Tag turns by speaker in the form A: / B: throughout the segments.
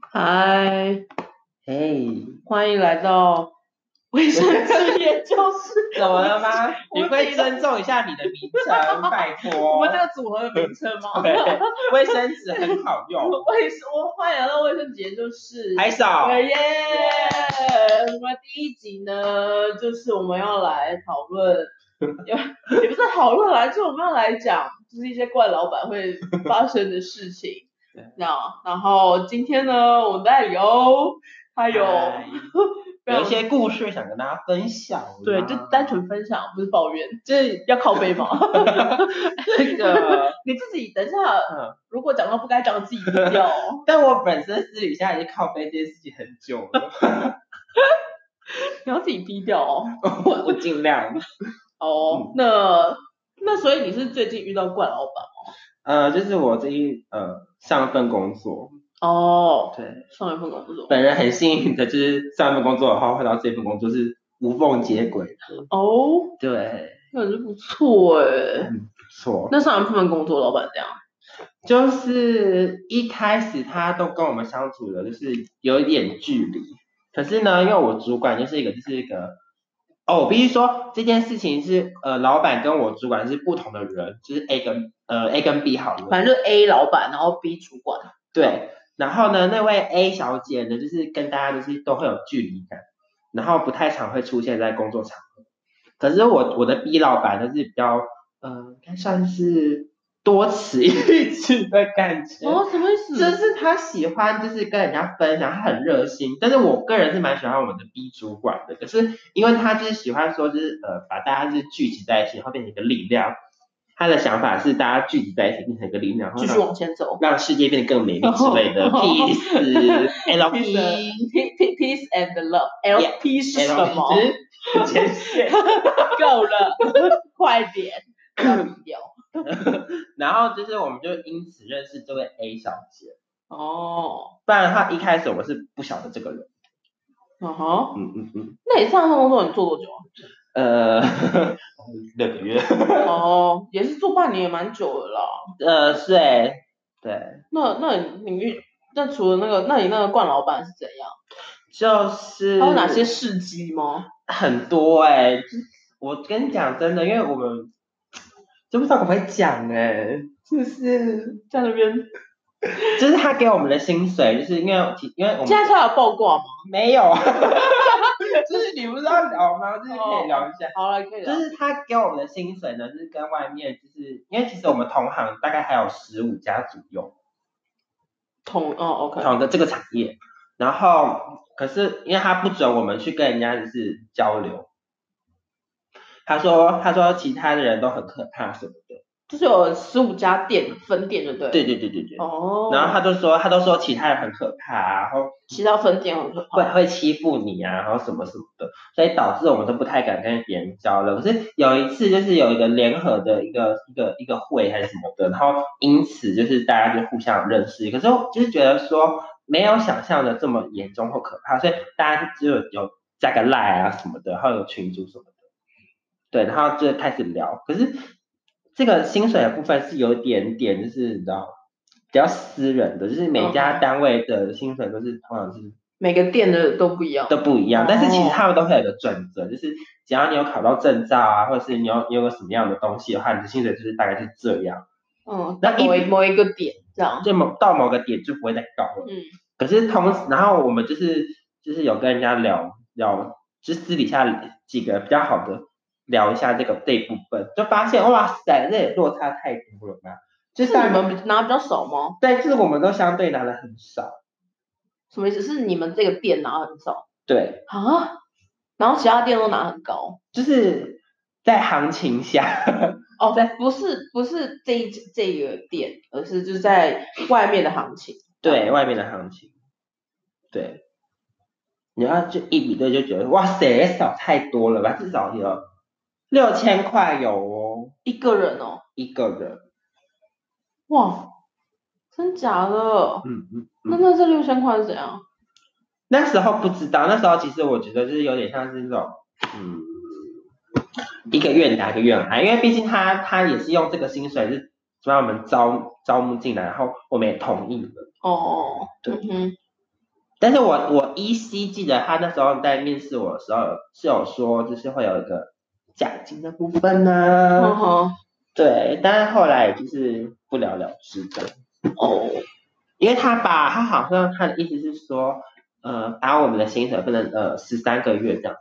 A: 嗨，
B: 嘿，
A: 欢迎来到卫生纸研究室。
B: 怎么了吗？
A: 我
B: 你会尊重一下你的名称，拜
A: 我
B: 托。
A: 们这个组合的名称吗？
B: 对卫生纸很好用，
A: 卫生，我们欢迎来到卫生纸研究室。
B: 拍手。
A: 对耶！我们第一集呢，就是我们要来讨 论，也也不是讨论啊啦，就是我们要来讲，就是一些怪老板会发生的事情。
B: 对
A: 这样，然后今天呢，我们带有哦他有
B: 嗨
A: 非常
B: 有一些故事想跟大家分享啦。
A: 对，就单纯分享，不是抱怨，就是要靠背 嘛。
B: 这个，
A: 你自己等一下，
B: 嗯，
A: 如果讲到不该讲，自己低调哦。
B: 但我本身私底下已经靠背这件事情很久了，
A: 你要自己低调哦。
B: 我我尽量。
A: 哦，那那所以你是最近遇到怪老板
B: 呃，就是我这一呃上一份工作，
A: 吗？哦，
B: 对，
A: 上一份工作。
B: 本人很幸运的就是上一份工作后换到这份工作是无缝接轨的，
A: 哦，
B: 对，
A: 那也是不错哎。
B: 嗯，不错。
A: 那上一份工作老板这样？
B: 就是一开始他都跟我们相处的，就是有一点距离。可是呢，因为我主管就是一个，就是一个，哦，我必须说这件事情是，呃，老板跟我主管是不同的人，就是 A 跟呃 A 跟 B 好了，
A: 反正就是 A 老板，然后 B 主管。
B: 对。然后呢，那位 A 小姐呢，就是跟大家就是都会有距离感，然后不太常会出现在工作场合。可是我我的 B 老板就是比较，呃，应该算是多此一举的感觉。
A: 哦，什么意思？
B: 就是他喜欢，就是跟人家分享，他很热心。但是我个人是蛮喜欢我们的 B 主管的，可是因为他就是喜欢说，就是呃，把大家就是聚集在一起，然后变成一个力量。他的想法是大家聚集在一起变成一个力量，然后
A: 继续往前走。
B: 让让世界变得更美丽之类 的。Peace, L P
A: Peace, peace and love.
B: Yeah,
A: P 是
B: L
A: 什么？
B: P，前 线。
A: 够了，快点，不要低调。
B: 然后就是我们就因此认识这位 A 小姐，
A: 哦，
B: 不然的话一开始我是不晓得这个人。
A: 嗯哼，
B: 嗯嗯嗯，
A: 那你上一份工作你做多久啊？
B: 呃， 六个月。
A: 哦，也是做半年也蛮久的啦。
B: 呃，是哎，对，
A: 那那你你遇那除了那个，那你那个冠老板是怎样？
B: 就是
A: 他有哪些事迹吗？
B: 很多哎、我跟你讲真的，因为我们就不知道怎么讲哎、就是
A: 在那边，
B: 就是他给我们的薪水，就是因为其因为我们
A: 现在他有报挂吗？
B: 没有， 就是你不知道聊吗？就是可以聊一下。
A: 好了，可以
B: 就
A: 了。
B: 是他给我们的薪水呢，就是跟外面，就是因为其实我们同行大概还有十五家左右，
A: 同哦，OK，
B: 同的这个产业，然后可是因为他不准我们去跟人家就是交流，他说他说其他的人都很可怕什么的，
A: 就是有十五家店分店，对不对？
B: 对。对对对对，
A: 哦。
B: 然后他就说他都说其他人很可怕、啊，然后
A: 其他分店哦很可
B: 会
A: 怕。
B: 会欺负你啊，然后什么什么的，所以导致我们都不太敢跟别人交流。可是有一次就是有一个联合的一个一个一个会还是什么的，然后因此就是大家就互相认识。可是我就是觉得说没有想象的这么严重或可怕，所以大家就有有加个赖啊什么的，然后有群组什么的，对，然后就开始聊。可是这个薪水的部分是有点点就是你知道。比较私人的，就是每家
A: 嗯
B: 单位的薪水都是通常是
A: 每个店的都不一样。
B: 都不一样，但是其实
A: 哦
B: 他们都会有个准则，就是只要你有考到证照啊，或者是你有你有个什么样的东西的话，你的薪水就是大概是这样，
A: 嗯，
B: 那
A: 到
B: 一
A: 某一某一个点这样。
B: 就某到某个点就不会再高了。
A: 嗯。
B: 可是同时，然后我们就是就是有跟人家聊聊，就是私底下几个比较好的聊一下这个这一部分，就发现哇塞，这也落差太多了吧？就是是
A: 你们拿比较少吗？
B: 对，就是我们都相对拿的很少，
A: 什么意思？是你们这个店拿很少
B: 对，
A: 啊，然后其他店都拿很高
B: 就是在行情下。
A: 哦
B: 对，
A: 不是不是这一这个店，而是就是在外面的行情。
B: 对外面的行情，对，你要就一比对就觉得哇塞，也少太多了吧，至少有六千块有哦，
A: 一个人哦，
B: 一个人，
A: 哇，真假的？
B: 嗯嗯
A: 那
B: 嗯，
A: 那这六千块是怎样？
B: 那时候不知道，那时候其实我觉得就是有点像是那种，嗯，一个愿打一个愿挨，因为毕竟他他也是用这个薪水是把我们招招募进来，然后我们也同意了，
A: 哦，
B: 对
A: 嗯哼，
B: 但是我我依稀记得他那时候在面试我的时候有是有说，就是会有一个奖金的部分呢、
A: 嗯哼，
B: 对，但是后来就是不了了之的。
A: 哦，
B: 因为他把他好像他的意思是说，呃，把我们的薪水分成呃十三个月这样，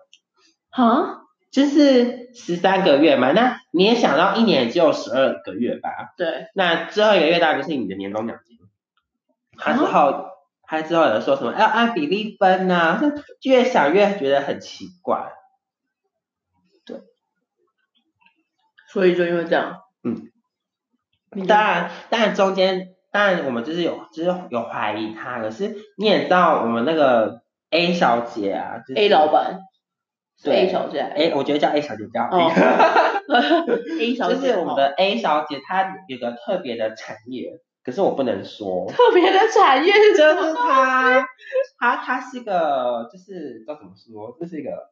A: 哈，
B: 就是十三个月嘛。那你也想到一年只有十二个月吧？
A: 对，
B: 那最后一个月当然就是你的年终奖金。他
A: 啊
B: 之后、他之后有说什么要按比例分呐、就越想越觉得很奇怪。
A: 所以就因为这样，
B: 嗯
A: 你，
B: 当然，当然中间，当然我们就是有，就是有怀疑他。可是你也知道，我们那个 A 小姐啊、就是、
A: A 老板是
B: 对
A: A 小姐
B: 哎，我觉得叫 A 小姐比较好
A: 哦
B: 听，
A: ，A 小
B: 就
A: 姐
B: 是我们
A: 哦，
B: 的 A 小姐，她有个特别的产业，可是我不能说
A: 特别的产业是
B: 就
A: 什么
B: 是她，她她是个，就是叫怎么说，就是一个，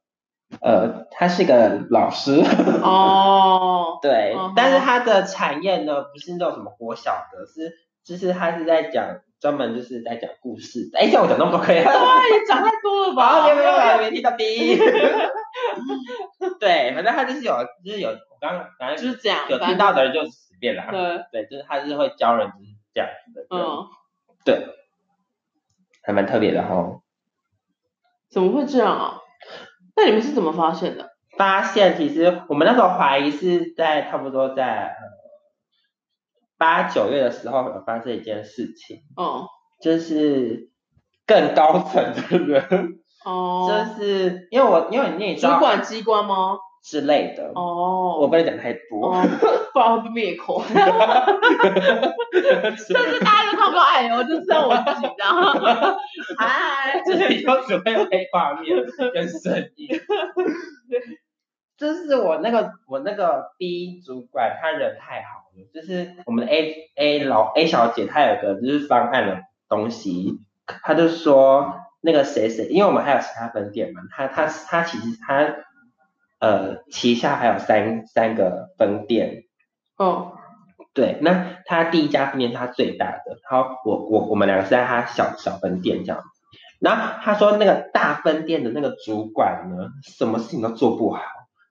B: 呃，她是个老师，
A: 哦，
B: 对
A: 嗯哼，
B: 但是她的产业呢，不是那种什么国小的，是就是她是在讲专门就是在讲故事的，哎，这样我讲那么多可以吗？
A: 对，你讲太多了吧？
B: 好，没有没有没有，听到逼。对，反正她就是有，就是有，我刚刚反正
A: 就是这样，
B: 有听到的人就随便啦。
A: 反正，
B: 对，就是他是会教人就是这样子的，
A: 对，
B: 嗯，
A: 嗯，
B: 还蛮特别的哈、
A: 怎么会这样啊？那你们是怎么发现的？
B: 发现其实我们那时候怀疑是在差不多在呃八九月的时候有发生一件事情，
A: 嗯，
B: 就是更高层的人，
A: 哦，
B: 就是因为我因为你也知
A: 主
B: 道
A: 管机关吗？
B: 之类的，我
A: 哦，
B: 不能讲太多，
A: 哦，不然会被灭口。但是大家就看不到哎呦，就是让我紧张。哎，
B: 就是你就只会黑画面跟声音。 就是我那个我那个 B 主管，他人太好了，就是我们的 A A 老 A 小姐，她有个就是方案的东西，她就说那个谁谁，因为我们还有其他分店嘛，她她她其实她呃旗下还有三三个分店，
A: 哦，
B: 对，那他第一家分店是他最大的，然后我我我们两个是在他小小分店这样。然后他说那个大分店的那个主管呢，什么事情都做不好，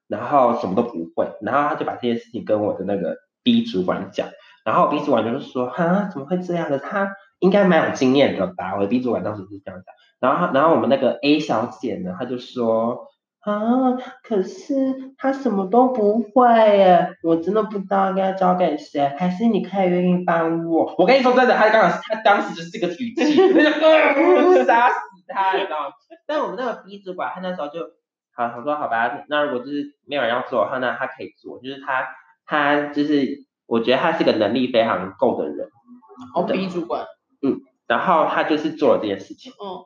B: 然后什么都不会，然后他就把这件事情跟我的那个 B 主管讲，然后我 B 主管就是说，哈，怎么会这样的？他应该蛮有经验的吧？我的 B 主管当时是这样讲。然后他，然后我们那个 A 小姐呢，她就说，啊，可是他什么都不会耶，我真的不知道应该交给谁，还是你可以愿意帮我？我跟你说真的，他刚好他当时就是这个语气，我就呃杀死他，你知道吗？但我们那个 B 主管他那时候就，好，他说好吧，那如果就是没有人要做的话，那他可以做，就是他他就是我觉得他是个能力非常够的人，
A: 哦，B 主管，
B: 然后他就是做了这件事情，
A: 嗯，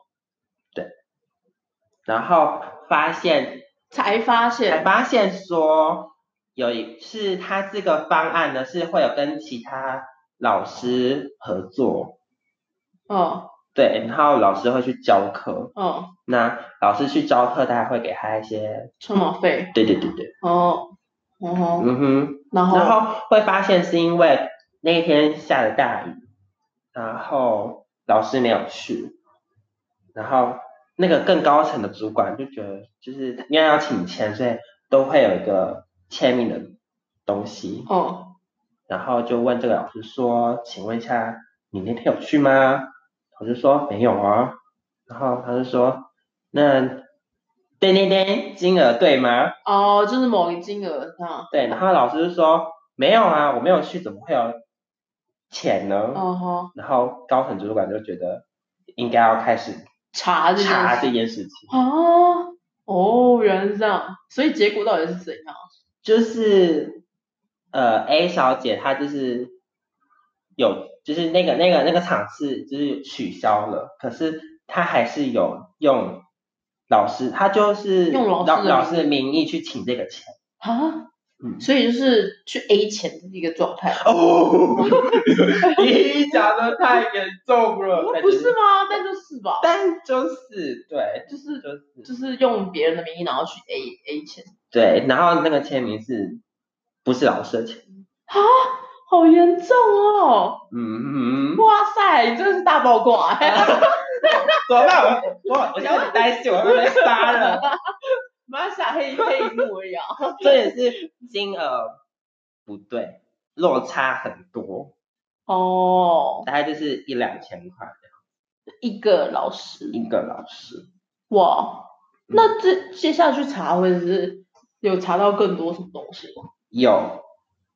B: 然后发现
A: 才发
B: 才
A: 现，
B: 发现说有一是他这个方案呢是会有跟其他老师合作，
A: 哦，
B: 对，然后老师会去教课，
A: 哦，
B: 那老师去教课，他会给他一些，
A: 充马费，
B: 对对对对，
A: 哦，哦吼，
B: 嗯哼，
A: 然后，
B: 然后会发现是因为那一天下了大雨，然后老师没有去，然后那个更高层的主管就觉得就是因为要请签，所以都会有一个签名的东西，
A: 哦，
B: 然后就问这个老师说：“请问一下，你那天有去吗？”老师说：“没有啊。”然后他就说：“那对对对，金额对吗
A: 哦，就是某一金额上，？”
B: 对，然后老师就说：“没有啊，我没有去，怎么会有钱呢？”
A: 哦吼，
B: 然后高层主管就觉得应该要开始
A: 查这件
B: 查
A: 事
B: 这件事情，
A: 哦，哦，原来是这样，所以结果到底是怎样？
B: 就是呃 A 小姐她就是有就是那个那个那个场次就是取消了，可是她还是有用老师，她就是
A: 用老师的
B: 老师的名义去请这个钱。
A: 啊，
B: 嗯
A: 所以就是去 A 钱的一个状态，
B: 哦， 你讲的太严重了
A: 哦不是？吗？但就是吧，
B: 但就是对，
A: 就是
B: 就是
A: 就是用别人的名义，然后去 A A 钱，
B: 对，然后那个签名是不是老师的签？
A: 好严重哦！哦
B: 嗯嗯嗯。
A: 哇塞，你真的是大爆挂、欸
B: 怎么办？我我我现在很担心，我会被杀了。
A: 马上黑黑一幕而已啊。
B: 这也是金额不对，落差很多，
A: 哦，
B: 大概就是一两千块
A: 一个老师，
B: 一个老师。
A: 哇，那这接下去查会是有查到更多什么东西吗？
B: 有，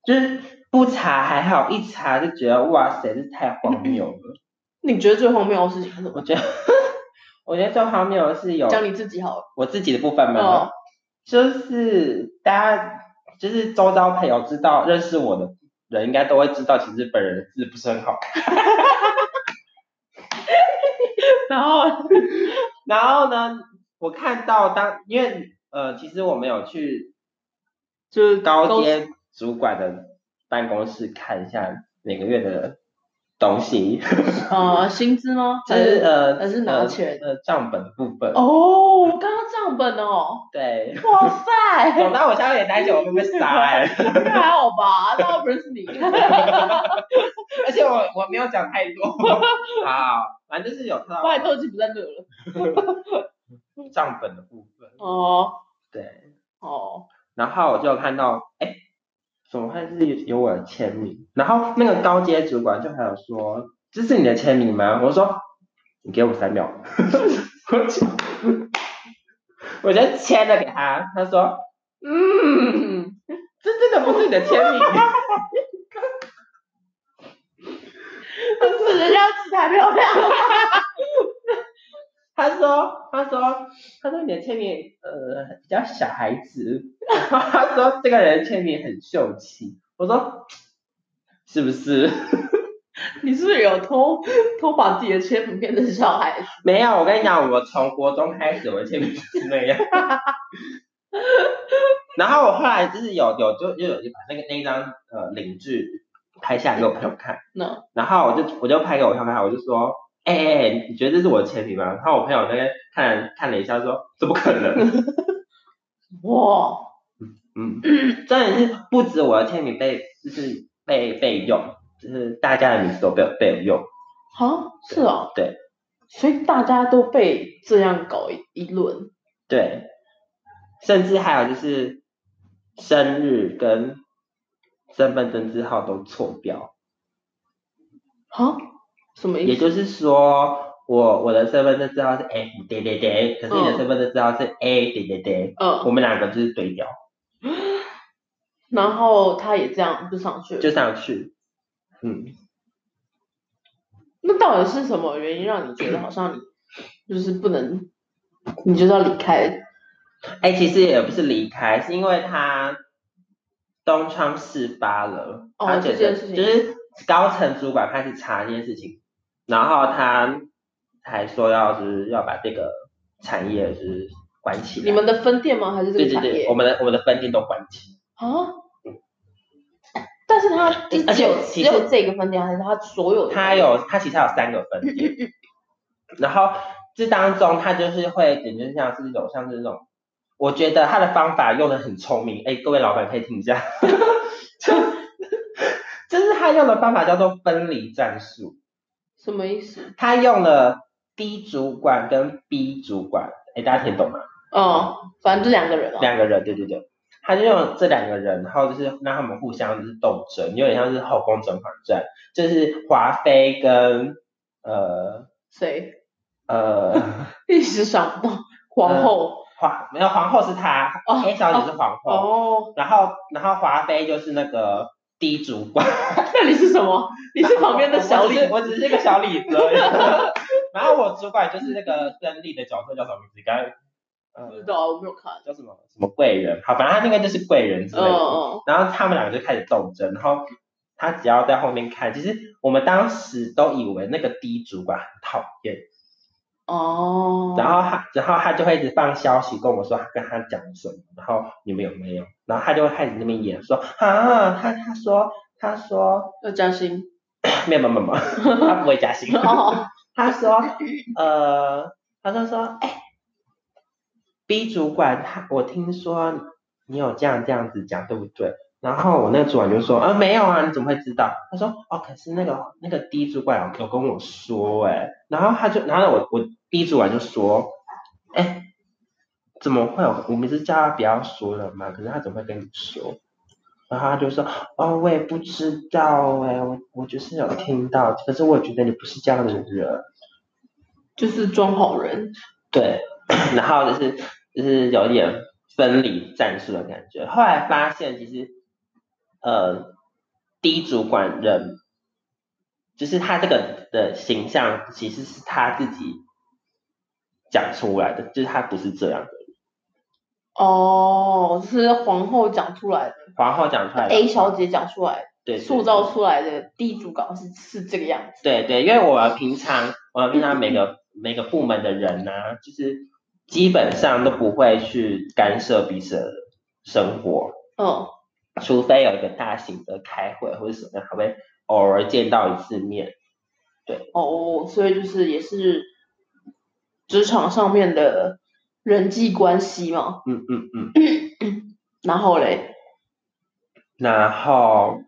B: 就是不查还好，一查就觉得哇塞，这太荒谬了。
A: 你觉得最荒谬的事情是什
B: 我
A: 么？
B: 觉得， 我觉得最荒谬的是有
A: 讲你自己好了。
B: 我自己的部分嘛，
A: 哦
B: 就是大家就是周遭朋友知道认识我的人，应该都会知道，其实本人的字不是很好看。
A: 然后，
B: 然后呢，我看到当因为呃，其实我没有去
A: 就是
B: 高阶主管的办公室看一下每个月的东西，
A: 呃薪资吗？
B: 就
A: 还
B: 是呃，
A: 还是拿钱
B: 呃呃账本部分。
A: 哦，我刚刚账本哦，
B: 对，
A: 哇塞，
B: 走到我现在有点担心我会不会傻哎、
A: 应该还好吧？那不认识 你，
B: 而且我我没有讲太多。 好，反正就是有看到
A: 发现都已哦经不在那了。
B: 账本的部分。
A: 哦
B: 对，
A: 哦，
B: 然后我就看到，哎，怎么会是有我的签名？然后那个高阶主管就还有说，这是你的签名吗？我说，你给我三秒。 我就我就签了给他，他说，嗯，这真的不是你的签名。
A: 但是人家字太漂亮了。
B: 他说，他说，他说你的签名呃比较小孩子， 然后他说这个人签名很秀气，我说是不是？
A: 你是不是有偷偷把自己的签名变成小孩子？
B: 没有，我跟你讲，我从国中开始，我的签名就是那样。 然后我后来就是有有就就有就把那个那一张呃领据拍下来给我朋友看，
A: 那
B: 然后我就我就拍给我朋友看，我就说，哎、哎、哎，你觉得这是我的签名吗？然后我朋友在那边看看了一下说，怎么可能？
A: 哇，
B: 嗯，重点是不止我的签名被就是被被用，就是大家的名字都被被我用。
A: 啊，是哦，
B: 对
A: 所以大家都被这样搞一一轮。
B: 对，甚至还有就是生日跟身份证字号都错标，
A: 啊，什么意
B: 也
A: 思？
B: 就是说我我的身份证字号是哎 F 点点点，可是你的
A: 嗯
B: 身份证字号是哎 A 点点点，我
A: 嗯，
B: 们两个就是对调，
A: 然后他也这样就上去了。
B: 就上去。嗯，
A: 那到底是什么原因让你觉得好像你 就是不能，你就是要离开？
B: 哎、其实也不是离开，是因为他东窗事发了，
A: 哦
B: 他觉
A: 这件
B: 得
A: 事情
B: 就是高层主管开始查这件事情，然后他还说要就是要把这个产业就是关起来，
A: 你们的分店吗？还是这
B: 对
A: 个产
B: 对
A: 业？
B: 对，我们的我们的分店都关起，
A: 啊？但是他就只
B: 而且
A: 有只
B: 其实
A: 有这个分店，还是他所有的？
B: 他有他其实还有三个分店，然后这当中他就是会点就像是一种像是那种，我觉得他的方法用的很聪明，哎，各位老板可以听一下， 就就是他用的方法叫做分离战术，
A: 什么意思？
B: 他用了 D 主管跟 B 主管，哎，大家听懂吗？
A: 哦，反正就两个人哦。
B: 两个人，对对对。他就用这两个人，然后就是让他们互相就是斗争，有点像是后宫甄嬛传，就是华妃跟呃
A: 谁？
B: 呃，
A: 一时想不到。皇后。
B: 皇没有皇后是她
A: 哦，
B: 黑小姐是皇后，
A: 哦，
B: 然后然后华妃就是那个低主管，
A: 那你是什么？你是 旁边的小李
B: 我只是我只是一个小李子而已。 然后我主管就是那个胜利的角色叫什么名字？刚才
A: 不知
B: 呃
A: 道，啊我没有看。
B: 叫什么什么贵人？好，反正他那个就是贵人之类
A: 嗯
B: 的。
A: 嗯，
B: 然后他们两个就开始斗争，然后他只要在后面看，其实我们当时都以为那个低主管很讨厌，
A: 哦。
B: 然后他，然后他就会一直放消息跟我说他跟他讲什么，然后你们有没有？然后他就会开始那边演说啊，他他说他说
A: 要加薪。
B: 没有没有没有，没有 他不会加薪。
A: 哦，
B: 他说呃，他就说哎、b 主管他我听说你有这样这样子讲对不对？然后我那个主管就说，啊没有啊，你怎么会知道？他说，哦，可是那个那个 D 主管有跟我说、欸，哎，然后他就，然后我我 D 主管就说，哎、怎么会有？我们是叫他不要说了嘛，可是他怎么会跟你说？然后他就说，哦，我也不知道哎、我我就是有听到，可是我觉得你不是这样的人。
A: 就是装好人，
B: 对， 然后就是就是有一点分离战术的感觉。后来发现其实，呃，低主管人，就是他这个的形象其实是他自己讲出来的，就是他不是这样的。
A: 哦，是皇后讲出来的
B: 皇后讲出来的
A: ，A 小姐讲出来，
B: 对对
A: 塑造出来的地主港是是这个样子。
B: 对对，因为我们平常我们平常每
A: 嗯
B: 个每个部门的人呢、就是基本上都不会去干涉彼此的生活。
A: 嗯，
B: 除非有一个大型的开会或者什么样，还会偶尔见到一次面。
A: 哦，所以就是也是职场上面的人际关系嘛。
B: 嗯嗯嗯。
A: 然后嘞，
B: 然后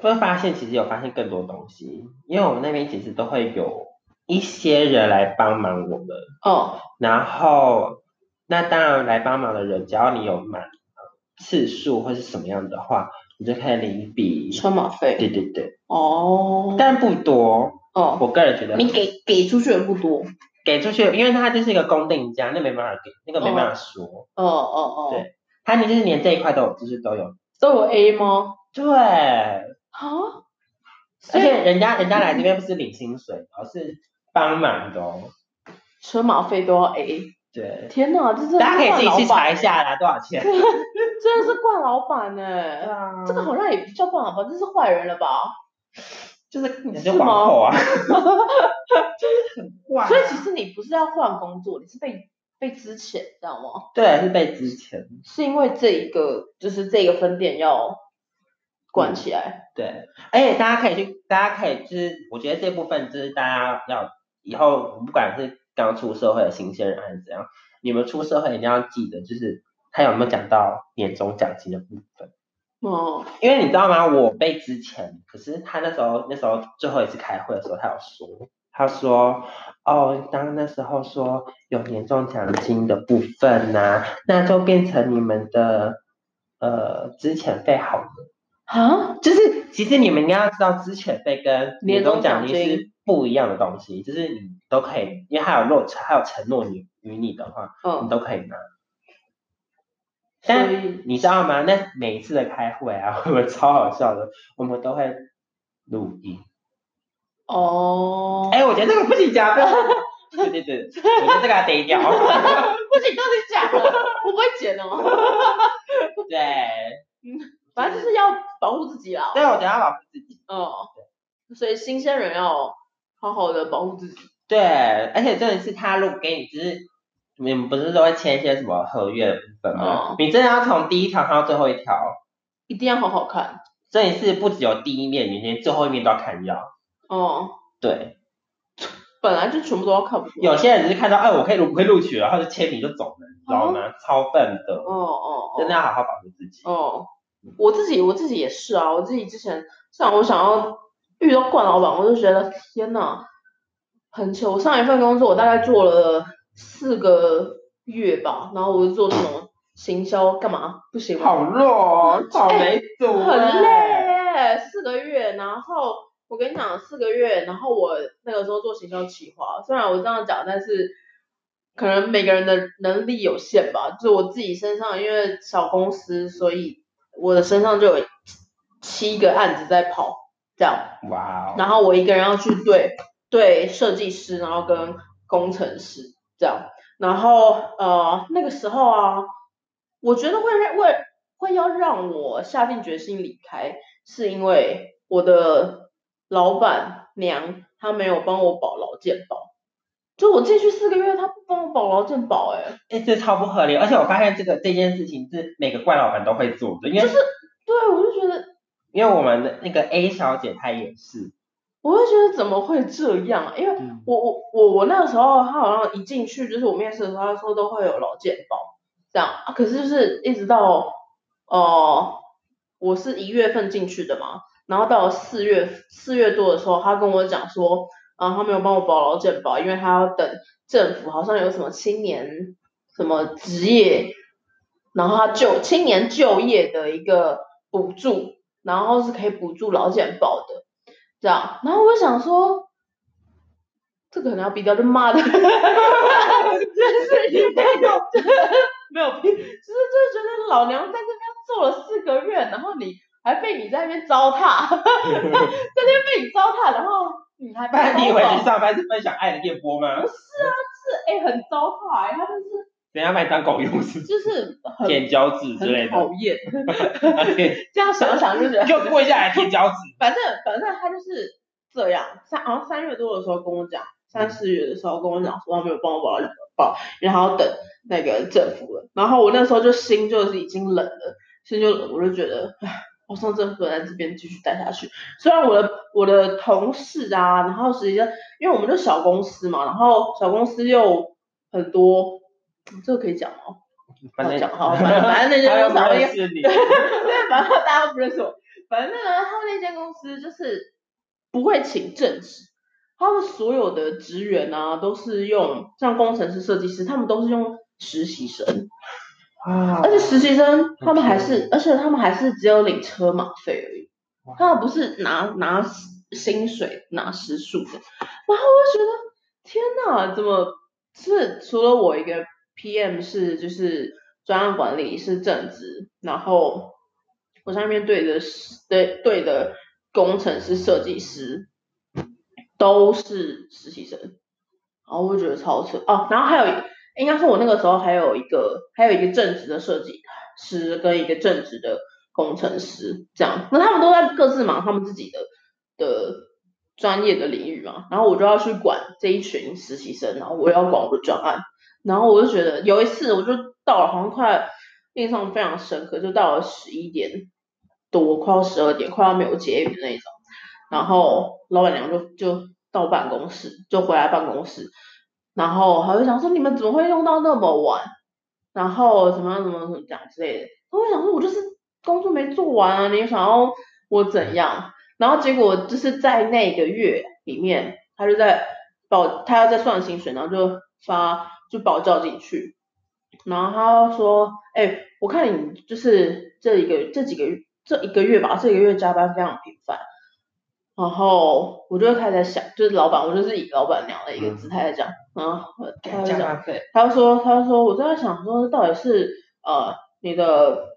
B: 会发现，其实有发现更多东西，因为我们那边其实都会有一些人来帮忙我们，
A: 嗯，
B: 然后那当然来帮忙的人，只要你有满次数或是什么样的话，你就可以领一笔。
A: 车马费。
B: 对对对，
A: 哦，
B: 但不多，
A: 哦，
B: 我个人觉得
A: 你给给出去的不多。
B: 给出去，因为他就是一个公定价，那没办法给，那个没办法说。
A: 哦哦哦
B: 对，他们就是连这一块都有，就是都有。
A: 都有 A 吗？
B: 对，而
A: 啊，所以
B: 且人家人家来这边不是领薪水，而是帮忙的哦。
A: 车马费都要 A。
B: 对，
A: 天哪，这真的
B: 大家可
A: 是
B: 以
A: 惯老
B: 自己去
A: 板，
B: 查一下啦，多少钱？
A: 真的是惯老板呢、
B: 啊
A: 这个好像也不叫惯老板，这是坏人了吧？
B: 就是你
A: 是
B: 是
A: 吗
B: 皇后 啊，就是很怪啊。
A: 所以其实你不是要换工作，你是被被之前，知道吗？
B: 对啊是被之前
A: 是因为这一个就是这个分店要关起来，
B: 对，而且大家可以去，大家可以就是，我觉得这部分就是大家要以后不管是刚出社会的新鲜人还是怎样，你们出社会一定要记得，就是他有没有讲到年终奖金的部分。
A: 嗯，
B: 因为你知道吗？我被之前，可是他那时候那时候最后一次开会的时候，他有说，他说，哦，当那时候说有年终奖金的部分呐、那就变成你们的呃资遣费好了。
A: 啊，
B: 就是其实你们应该要知道，资遣费跟
A: 年
B: 年
A: 终
B: 终
A: 奖
B: 奖
A: 金
B: 金是不一样的东西，就是你都可以，因为还有落差，还有承诺你与你的话，你
A: 嗯，
B: 都可以拿。但
A: 所以
B: 你知道吗？那每一次的开会啊， 我们超好笑的，我们都会录音。
A: 哦，
B: 哎、我觉得这个不行讲，不要 对对对，我觉得这个要得掉。
A: 不行，到底假的， 我不会剪哦，
B: 对，
A: 反正就是要保护自己啦，
B: 对，我觉得要保护自己。
A: 嗯，所以新鲜人要好好的保护自己，
B: 对，而且真的是他如果给你，就是你们不是都会签一些什么合约的部分吗？
A: 哦
B: 你真的要从第一条看到最后一条，
A: 一定要好好看，
B: 所以是不只有第一面，你连最后一面都要看要。
A: 嗯，
B: 对，
A: 本来就全部都要看不出来，
B: 有些人只是看到，哎，我可以我可以录取了，然后就签名就走了，你知道吗？超笨的。
A: 哦哦，哦
B: 真的要好好保护自己。
A: 哦，我自己我自己也是啊，我自己之前像我想要遇到冠老板，我就觉得天呐，很糗。我上一份工作我大概做了四个月吧，然后我就做那种行销，干嘛不行吗？
B: 好弱哦，草莓组、
A: 哎很累，四个月，然后我跟你讲四个月，然后我那个时候做行销企划，虽然我这样讲，但是可能每个人的能力有限吧，就我自己身上，因为小公司，所以我的身上就有七个案子在跑，这样，
B: 哇哦，
A: 然后我一个人要去对对设计师，然后跟工程师这样，然后呃那个时候啊，我觉得会让会会要让我下定决心离开，是因为我的老板娘她没有帮我保劳健保，就我进去四个月，她不帮我保劳健保、欸，
B: 哎、这超不合理。而且我发现这个这件事情是每个怪老板都会做的，因为、
A: 对我就觉得
B: 因为我们的那个 A 小姐她也是，
A: 我会觉得怎么会这样？啊因为
B: 嗯
A: 我我我我那个时候，他好像一进去就是我面试的时候，他说都会有劳健保这样啊，可是就是一直到哦，我是一月份进去的嘛，然后到了四月四月多的时候，他跟我讲说，啊，他没有帮我保劳健保，因为他要等政府好像有什么青年什么职业，然后他就青年就业的一个补助，然后是可以补助劳健保的，这样，然后我就想说。这个可能要逼 掉，就骂的，真是一没有，没有逼，就是就是觉得老娘在这边做了四个月，然后你还被你在那边糟蹋， 在那边被你糟蹋，然后你还哦
B: 不然你以为
A: 是
B: 你上班是分享爱的电波吗？
A: 哎、很糟蹋、哎，他就是
B: 人家把你当狗用是不是
A: 就是很
B: 舔脚趾之类
A: 很
B: 的，
A: 讨厌，
B: 啊舔
A: 这样想想就觉得
B: 给我跪下来舔脚趾。
A: 反正反正他就是这样，三好像三月多的时候跟我讲，三四月的时候跟我讲说他没有帮我保劳保，因为他要等那个政府了。然后我那时候就心就是已经冷了，心就冷，我就觉得，唉，我上政府在这边继续待下去。虽然我的我的同事啊，然后实际上因为我们就小公司嘛，然后小公司又很多，这个可以讲吗？
B: 反正
A: 讲好， 反正反正那些
B: 他又
A: 公
B: 不
A: 司好像
B: 认识你，
A: 对，反正大家都不认识我。反正呢，他们那间公司就是不会请正职，他们所有的职员啊都是用像工程师、设计师，他们都是用实习生，
B: 啊
A: 而且实习生他们还是，而且他们还是只有领车马费而已，他们不是拿拿薪水、拿时数的。然后我就觉得，天哪，怎么是除了我一个 PM 是就是专案管理是正职，然后我上面对的是对对的工程师、设计师都是实习生，然后我就觉得超扯哦。然后还有应该是我那个时候还有一个还有一个正职的设计师跟一个正职的工程师这样，那他们都在各自忙他们自己的的专业的领域嘛，然后我就要去管这一群实习生，然后我要管我的专案，然后我就觉得有一次我就到了，好像快印象非常深刻，就到了十一点多，快要十二点，快要没有捷运的那种，然后老板娘就就到办公室，就回来办公室，然后她就想说你们怎么会用到那么晚，然后怎么样怎么样怎么讲之类的，然后我想说我就是工作没做完啊，你想要我怎样？然后结果就是在那个月里面，他就在保，他要在算薪水，然后就发就保照进去，然后他说，哎、我看你就是这一个这几个这一个月吧，这一个月加班非常频繁，然后我就开始在想，就是老板，我就是以老板娘的一个姿态在讲，然后他就讲，
B: 加班费，
A: 他就说，他就说，我就在想说，到底是呃你的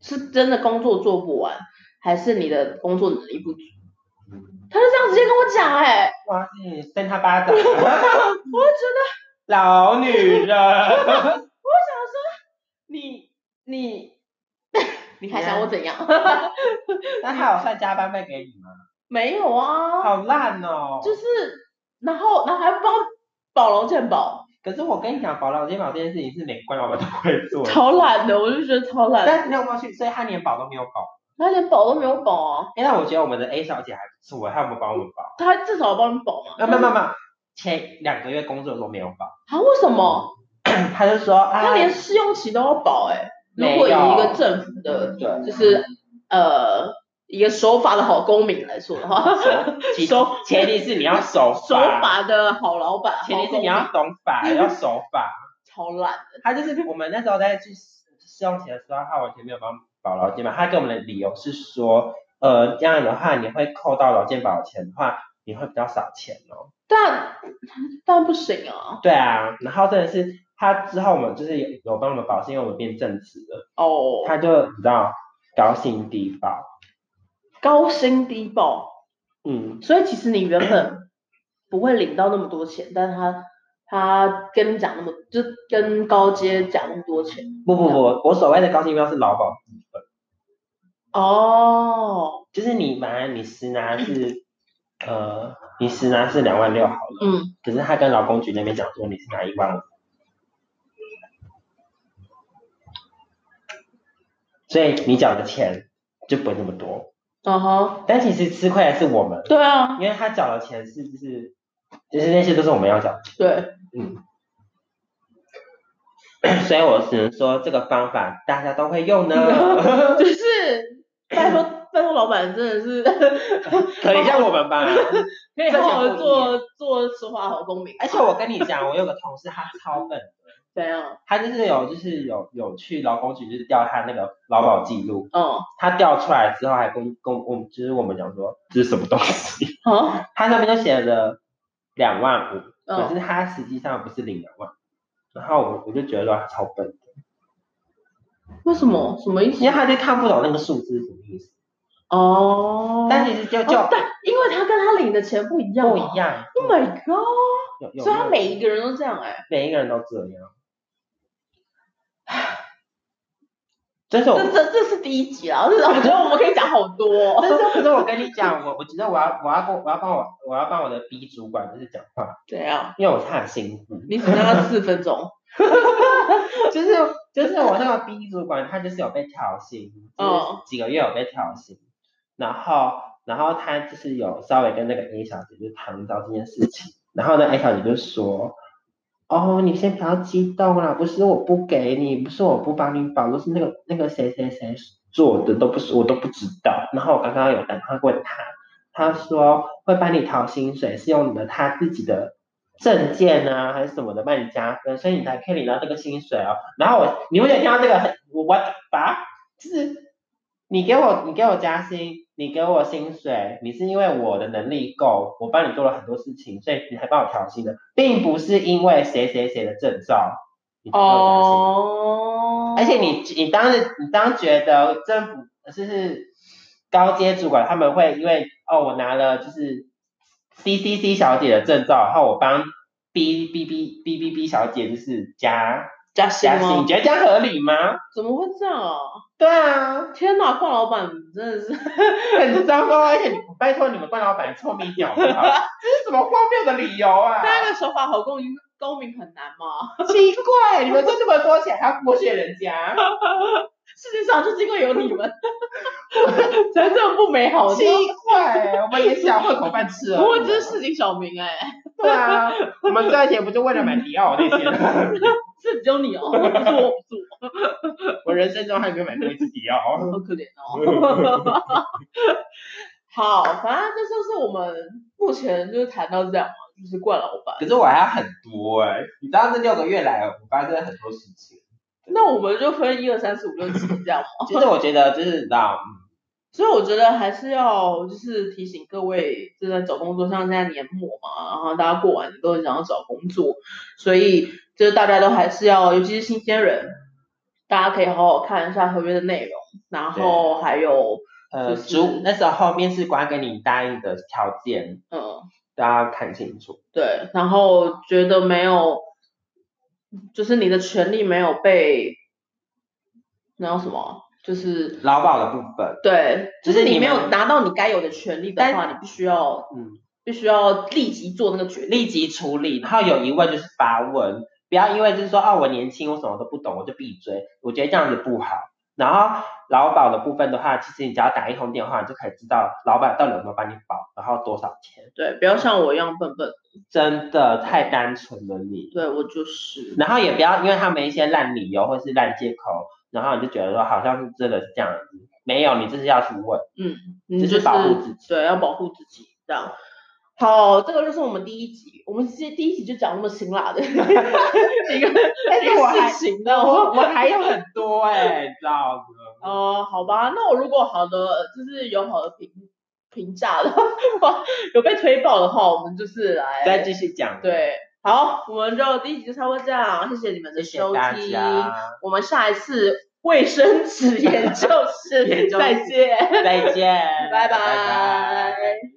A: 是真的工作做不完，还是你的工作能力不足？他就这样直接跟我讲、哎，
B: 哇塞，扇他巴
A: 我
B: 掌，
A: 就觉得，
B: 老女人，
A: 我想说，你你你还想我怎样？
B: 那他有算加班费给你吗？
A: 没有啊，
B: 好烂哦！
A: 就是然后然后还帮保劳健保，
B: 可是我跟你讲，保劳健保这件事情是连官老板都不会做的，
A: 超懒的，我就觉得超懒的，
B: 但是你有没有去？所以他连保都没有保。
A: 他连保都没有保啊，
B: 哎，那我觉得我们的 A 小姐还不错，她有没有帮我们保？
A: 他至少帮你保嘛。
B: 没有没有没有，前两个月工作的时候没有 保，
A: 啊，为什么？
B: 他就说啊，
A: 他连试用期都要保哎、如
B: 没
A: 果以一
B: 有
A: 个政府的
B: 对
A: 就是呃一个守法的好公民来说的话，
B: 守其
A: 守
B: 前提是你要守法
A: 守，法的好老板，
B: 前提
A: 好
B: 是
A: 公
B: 你
A: 民
B: 要懂法，要守法。
A: 超烂的，
B: 他就是我们那时候在去试用期的时候，他完全没有帮保劳健保，他给我们的理由是说，呃，这样的话你会扣到劳健保的钱的话，你会比较少钱哦。
A: 但但不行啊，
B: 对啊，然后真的是他之后我们就是有有帮我们保，是因为我们变正职了，
A: 哦，
B: 他就你知道高薪低保，
A: 高薪低报，
B: 嗯，
A: 所以其实你原本不会领到那么多钱，但他他跟你讲那么，就跟高阶讲那么多钱，
B: 不不不，我所谓的高薪低保是劳保部分，
A: 哦，
B: 就是你本来你实拿是呃你实拿是两万六好了，
A: 嗯，
B: 可是他跟劳工局那边讲说你是拿一万五，所以你缴的钱就不会那么多，
A: 嗯哼，
B: 但其实吃亏的是我们，
A: 对啊，
B: 因为他缴的钱是就是就是那些都是我们要缴的。
A: 对，
B: 嗯， 所以我只能说这个方法大家都会用 呢，
A: 就是拜 托拜托老板真的是
B: 可以让我们吧。
A: 可以好好
B: 这个
A: 做做说话好公民，
B: 而且我跟你讲，我有个同事他超笨，
A: 怎样？
B: 他就是有就是有有去劳工局就是调他那个劳保记录，
A: 嗯，
B: 他调出来之后还跟跟我们就是我们讲说这是什么东西，
A: 好，哦
B: 他那边就写了两万五，可
A: 嗯，
B: 是他实际上不是领两万，然后我我就觉得他超笨，
A: 为什么？什么意思
B: 因为？他就看不懂那个数字是什么意思，
A: 哦，
B: 但其实就就
A: 哦但因为他跟他领的钱不一样，
B: 不一。样
A: Oh my god！
B: 有有
A: 所以他
B: 有
A: 每一个人都这样哎，
B: 每一个人都这样。这是我，
A: 这这这是第一集啊，这是我觉得我们可以讲好多哦。
B: 这是可是我跟你讲，我我觉得我要我要跟我要帮我我要帮我的 B 主管就是讲话，
A: 怎样？
B: 因为我是他的心腹，
A: 你只让他四分钟，
B: 就是就是我那个 B 主管他就是有被调薪，就
A: 哦
B: 是几个月有被调薪，然后然后他就是有稍微跟那个 A 小姐就谈到这件事情，然后呢 A 小姐就说。哦，你先不要激动啦，不是我不给你，不是我不帮你保，都是那个那个谁谁谁做的，都不是我都不知道。然后我刚刚有打电话问他，他说会帮你讨薪水，是用你的他自己的证件啊，还是什么的帮你加分，所以你才可以领到这个薪水哦。然后我，你会想听到这个很，我我把就是你给我你给我加薪，你给我薪水，你是因为我的能力够，我帮你做了很多事情，所以你才帮我调薪的，并不是因为谁谁谁的证照，你才给我加薪。
A: 哦
B: 而且你你当时你当觉得政府就是高阶主管他们会因为哦我拿了就是 C C C 小姐的证照，然后我帮 B B B B B B 小姐就是加
A: 加薪
B: 加薪，你
A: 吗？
B: 觉得这样合理吗？
A: 哦怎么会这样啊？
B: 对啊，
A: 天哪，冠老板真的是，
B: 很糟糕，而且你拜托你们关老板臭咪鸟好不好，这是什么荒谬的理由 啊？
A: 那个手法好公民公民很难吗？
B: 奇怪， 你们赚这么多钱还要剥削人家，
A: 世界上就是因为有你们， 才这么不美好。
B: 奇怪，我们也想混口饭吃而已啊。
A: 不过这是市井小民哎、
B: 对啊，我们赚钱不就为了买迪奥那 些？
A: 是只有你哦，不是我，不是
B: 我人生中还没有买过一次迪奥
A: 我，。好可怜哦。 好，反正这就是我们目前就是谈到这样嘛，就是冠老板。
B: 可是我还要很多哎、你知道这六个月来，我发生了很多事情。
A: 那我们就分一二三四五六七这样嘛。
B: 其实我觉得就是你知道，
A: 所以我觉得还是要就是提醒各位正在找工作，像现在年末嘛，然后大家过完都很想要找工作，所以就是大家都还是要，尤其是新鲜人，大家可以好好看一下合约的内容，然后还有
B: 呃，
A: 就是
B: 主那时候面试官给你答应的条件
A: 嗯
B: 都要看清楚。
A: 对，然后觉得没有，就是你的权利没有被那叫什么，就是
B: 劳保的部分，
A: 对，就
B: 就
A: 是
B: 是
A: 你
B: 你
A: 没
B: 们
A: 有拿到你该有的权利的
B: 但
A: 话，你必须要
B: 嗯，
A: 必须要立即做那个决定。
B: 立即处理。然后有疑问就是发问，不要因为就是说哦我年轻我什么都不懂我就闭嘴，我觉得这样子不好。然后劳保的部分的话，其实你只要打一通电话，你就可以知道老板到底有没有帮你保，然后多少钱。
A: 对，不要像我一样笨笨。
B: 真的太单纯了你。
A: 对我就是，
B: 然后也不要因为他们一些烂理由或是烂借口，然后你就觉得说好像是真的是这样子，没有，你这是要去问。
A: 你
B: 就是
A: 就是
B: 保护自己
A: 对，要保护自己这样。好，这个就是我们第一集，我们这第一集就讲那么辛辣的 一个一
B: 但是我
A: 个
B: 还
A: 事情的。
B: 我我还有很多哎、你知道吗？
A: 哦、好吧，那我如果好的就是有好的评评价的话， 有被推爆的话，我们就是来
B: 再继续讲。，
A: 对。好，我们就第一集就差不多这样，谢谢你们的
B: 谢谢
A: 收
B: 大
A: 听，
B: 家，
A: 我们下一次卫生纸研究 室
B: 研究
A: 再
B: 室
A: 见。
B: 再见，
A: 拜拜。
B: 拜拜